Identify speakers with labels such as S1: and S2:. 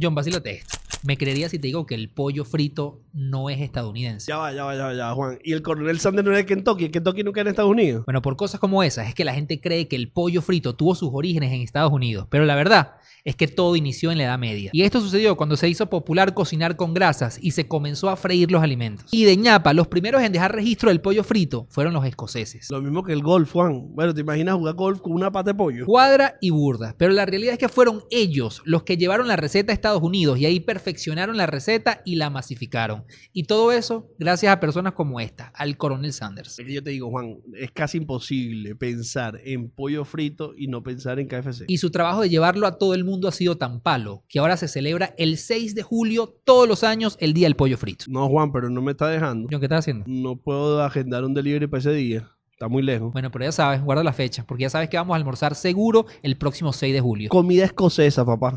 S1: John, vacílate esto. Me creería si te digo que el pollo frito no es estadounidense.
S2: Ya va, ya va, ya va, ya va, Juan. Y el coronel Sanders no era de Kentucky. Kentucky nunca era en Estados Unidos.
S1: Bueno, por cosas como esas es que la gente cree que el pollo frito tuvo sus orígenes en Estados Unidos, pero la verdad es que todo inició en la Edad Media. Y esto sucedió cuando se hizo popular cocinar con grasas y se comenzó a freír los alimentos. Y de ñapa, los primeros en dejar registro del pollo frito fueron los escoceses.
S2: Lo mismo que el golf, Juan. Bueno, ¿te imaginas jugar golf con una pata de pollo?
S1: Cuadra y burda, pero la realidad es que fueron ellos los que llevaron la receta a Estados Unidos y ahí perfeccionaron la receta y la masificaron. Y todo eso gracias a personas como esta, al coronel Sanders.
S2: Es que yo te digo, Juan, es casi imposible pensar en pollo frito y no pensar en KFC.
S1: Y su trabajo de llevarlo a todo el mundo ha sido tan palo que ahora se celebra el 6 de julio todos los años el Día del Pollo Frito.
S2: No, Juan, pero no me está dejando.
S1: John, ¿qué estás haciendo?
S2: No puedo agendar un delivery para ese día. Está muy lejos.
S1: Bueno, pero ya sabes, guarda la fecha, porque ya sabes que vamos a almorzar seguro el próximo 6 de julio.
S2: Comida escocesa, papá.